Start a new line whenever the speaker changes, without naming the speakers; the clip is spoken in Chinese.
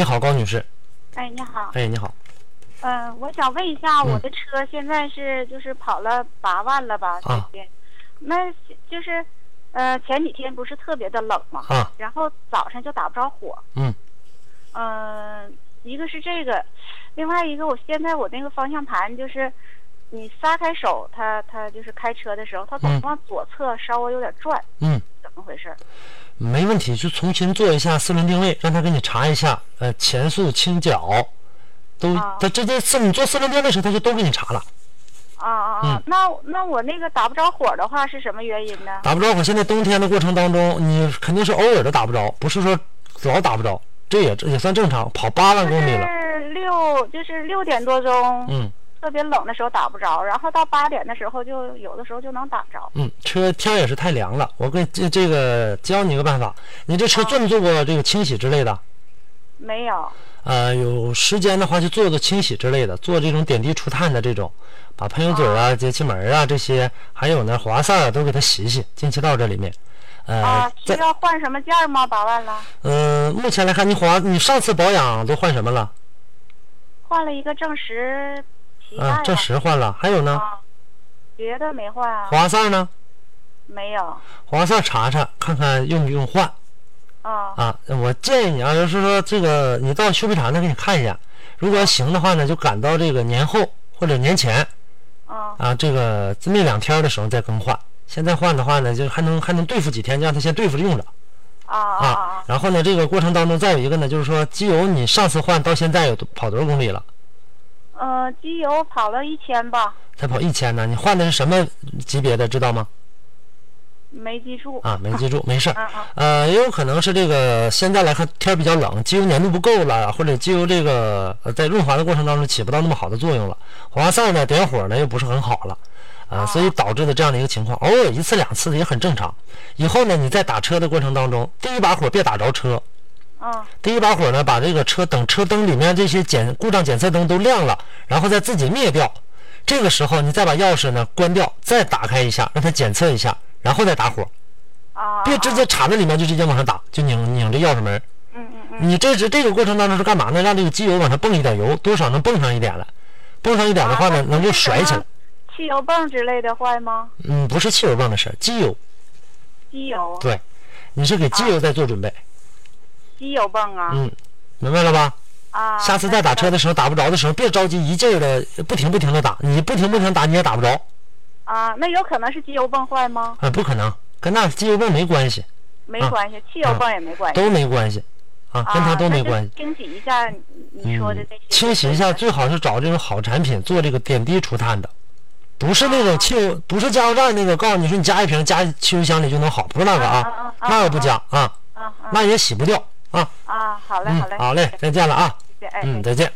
你好，高女士。
哎，你好，
哎，你好，
呃，我想问一下，
嗯
我的车现在是就是跑了八万了吧？
啊
最近，那就是，呃，前几天不是特别的冷嘛，
啊，
然后早上就打不着火，
嗯，
嗯、一个是这个，另外一个我现在我那个方向盘就是，你撒开手，它它就是开车的时候，它
嗯
总往左侧稍微有点转，
嗯，
怎么回事？
没问题，就重新做一下四轮定位，让他给你查一下，呃，前速、倾角，都，
啊
他这这次你做四轮定位时，他就都给你查了。
啊啊啊！
嗯
那那我那个打不着火的话是什么原因呢？
打不着火，现在冬天的过程当中，你肯定是偶尔的打不着，不是说老打不着，这也这也算正常，跑八万公里了，
是六，就是六点多钟，
嗯
特别冷的时候打不着，然后到八点的时候就有的时候就能打着。
嗯，车天也是太凉了，我给这这个教你一个办法，你这车做没做过这个清洗之类的？
没有，
呃，有时间的话去做做清洗之类的，做这种点滴除碳的这种，把喷油嘴儿啊、节气门儿啊这些，还有呢华塞儿啊都给它洗洗，进气道这里面。呃
啊，，需
在
要换什么件儿吗？八万了，
嗯，目前来看，你华你上次保养都换什么了？
换了一个正时皮带
啊，
吧
正时换了，还有呢，
啊，别的没换啊，
华塞儿呢？
没有
华塞儿查查看看用不用换
啊
啊？我建议你啊，就是说这个你到修配厂那给你看一下，如果要行的话呢，就赶到这个年后或者年前。
啊
啊，这个那两天的时候再更换。现在换的话呢，就还能还能对付几天，就让它先对付着用着
啊啊
啊
啊。
然后呢，这个过程当中再有一个呢，就是说机油你上次换到现在有多跑多少公里了？
啊！呃，机油跑了一千吧，
才跑一千呢？你换的是什么级别的，知道吗？
没记住。
啊，没记住，没事儿。
嗯嗯
呃，也有可能是这个现在来看天儿比较冷，机油粘度不够了，或者机油这个呃在润滑的过程当中起不到那么好的作用了，滑塞呢点火呢又不是很好了，啊、所以导致的这样的一个情况，偶尔一次两次也很正常。以后呢，你在打车的过程当中，第一把火别打着车，
嗯
第一把火呢把这个车等车灯里面这些检故障检测灯都亮了，然后再自己灭掉。这个时候你再把钥匙呢关掉，再打开一下，让它检测一下，然后再打火。
啊，
别直接插在里面就直接往上打，就拧拧着钥匙门儿。
嗯嗯嗯
你这是这个过程当中是干嘛呢？让这个机油往上蹦一点油，多少能蹦上一点来。蹦上一点的话呢，
啊
能够甩起来。
汽油泵之类的坏吗？
嗯，不是汽油泵的事儿，机油。
机油，
对，你是给机
啊
油在做准备。
机油泵啊。
嗯，明白了吧？
啊，
下次再打车的时候打不着的时候，别着急一劲儿的不停不停的打，你不停不停地打你也打不着，
啊，那有可能是机油泵坏吗？
啊，不可能，跟那机油泵没关系，
没
啊
关系，汽油泵也没关系，
都没关系，啊，跟它
啊
都没
那就
关系。
清洗一下你你说的这些，
嗯清洗一下，最好是找这种好产品做这个点滴除碳的，不是那种汽油，
啊
不是加油站那个告诉你说你加一瓶加汽油箱里就能好，不是那个啊
啊，啊啊
那个不加啊，
啊啊
那也洗不掉啊。
啊，好嘞
嗯
好嘞，
好嘞，再见了啊，
谢谢，哎，
嗯，
哎
再见。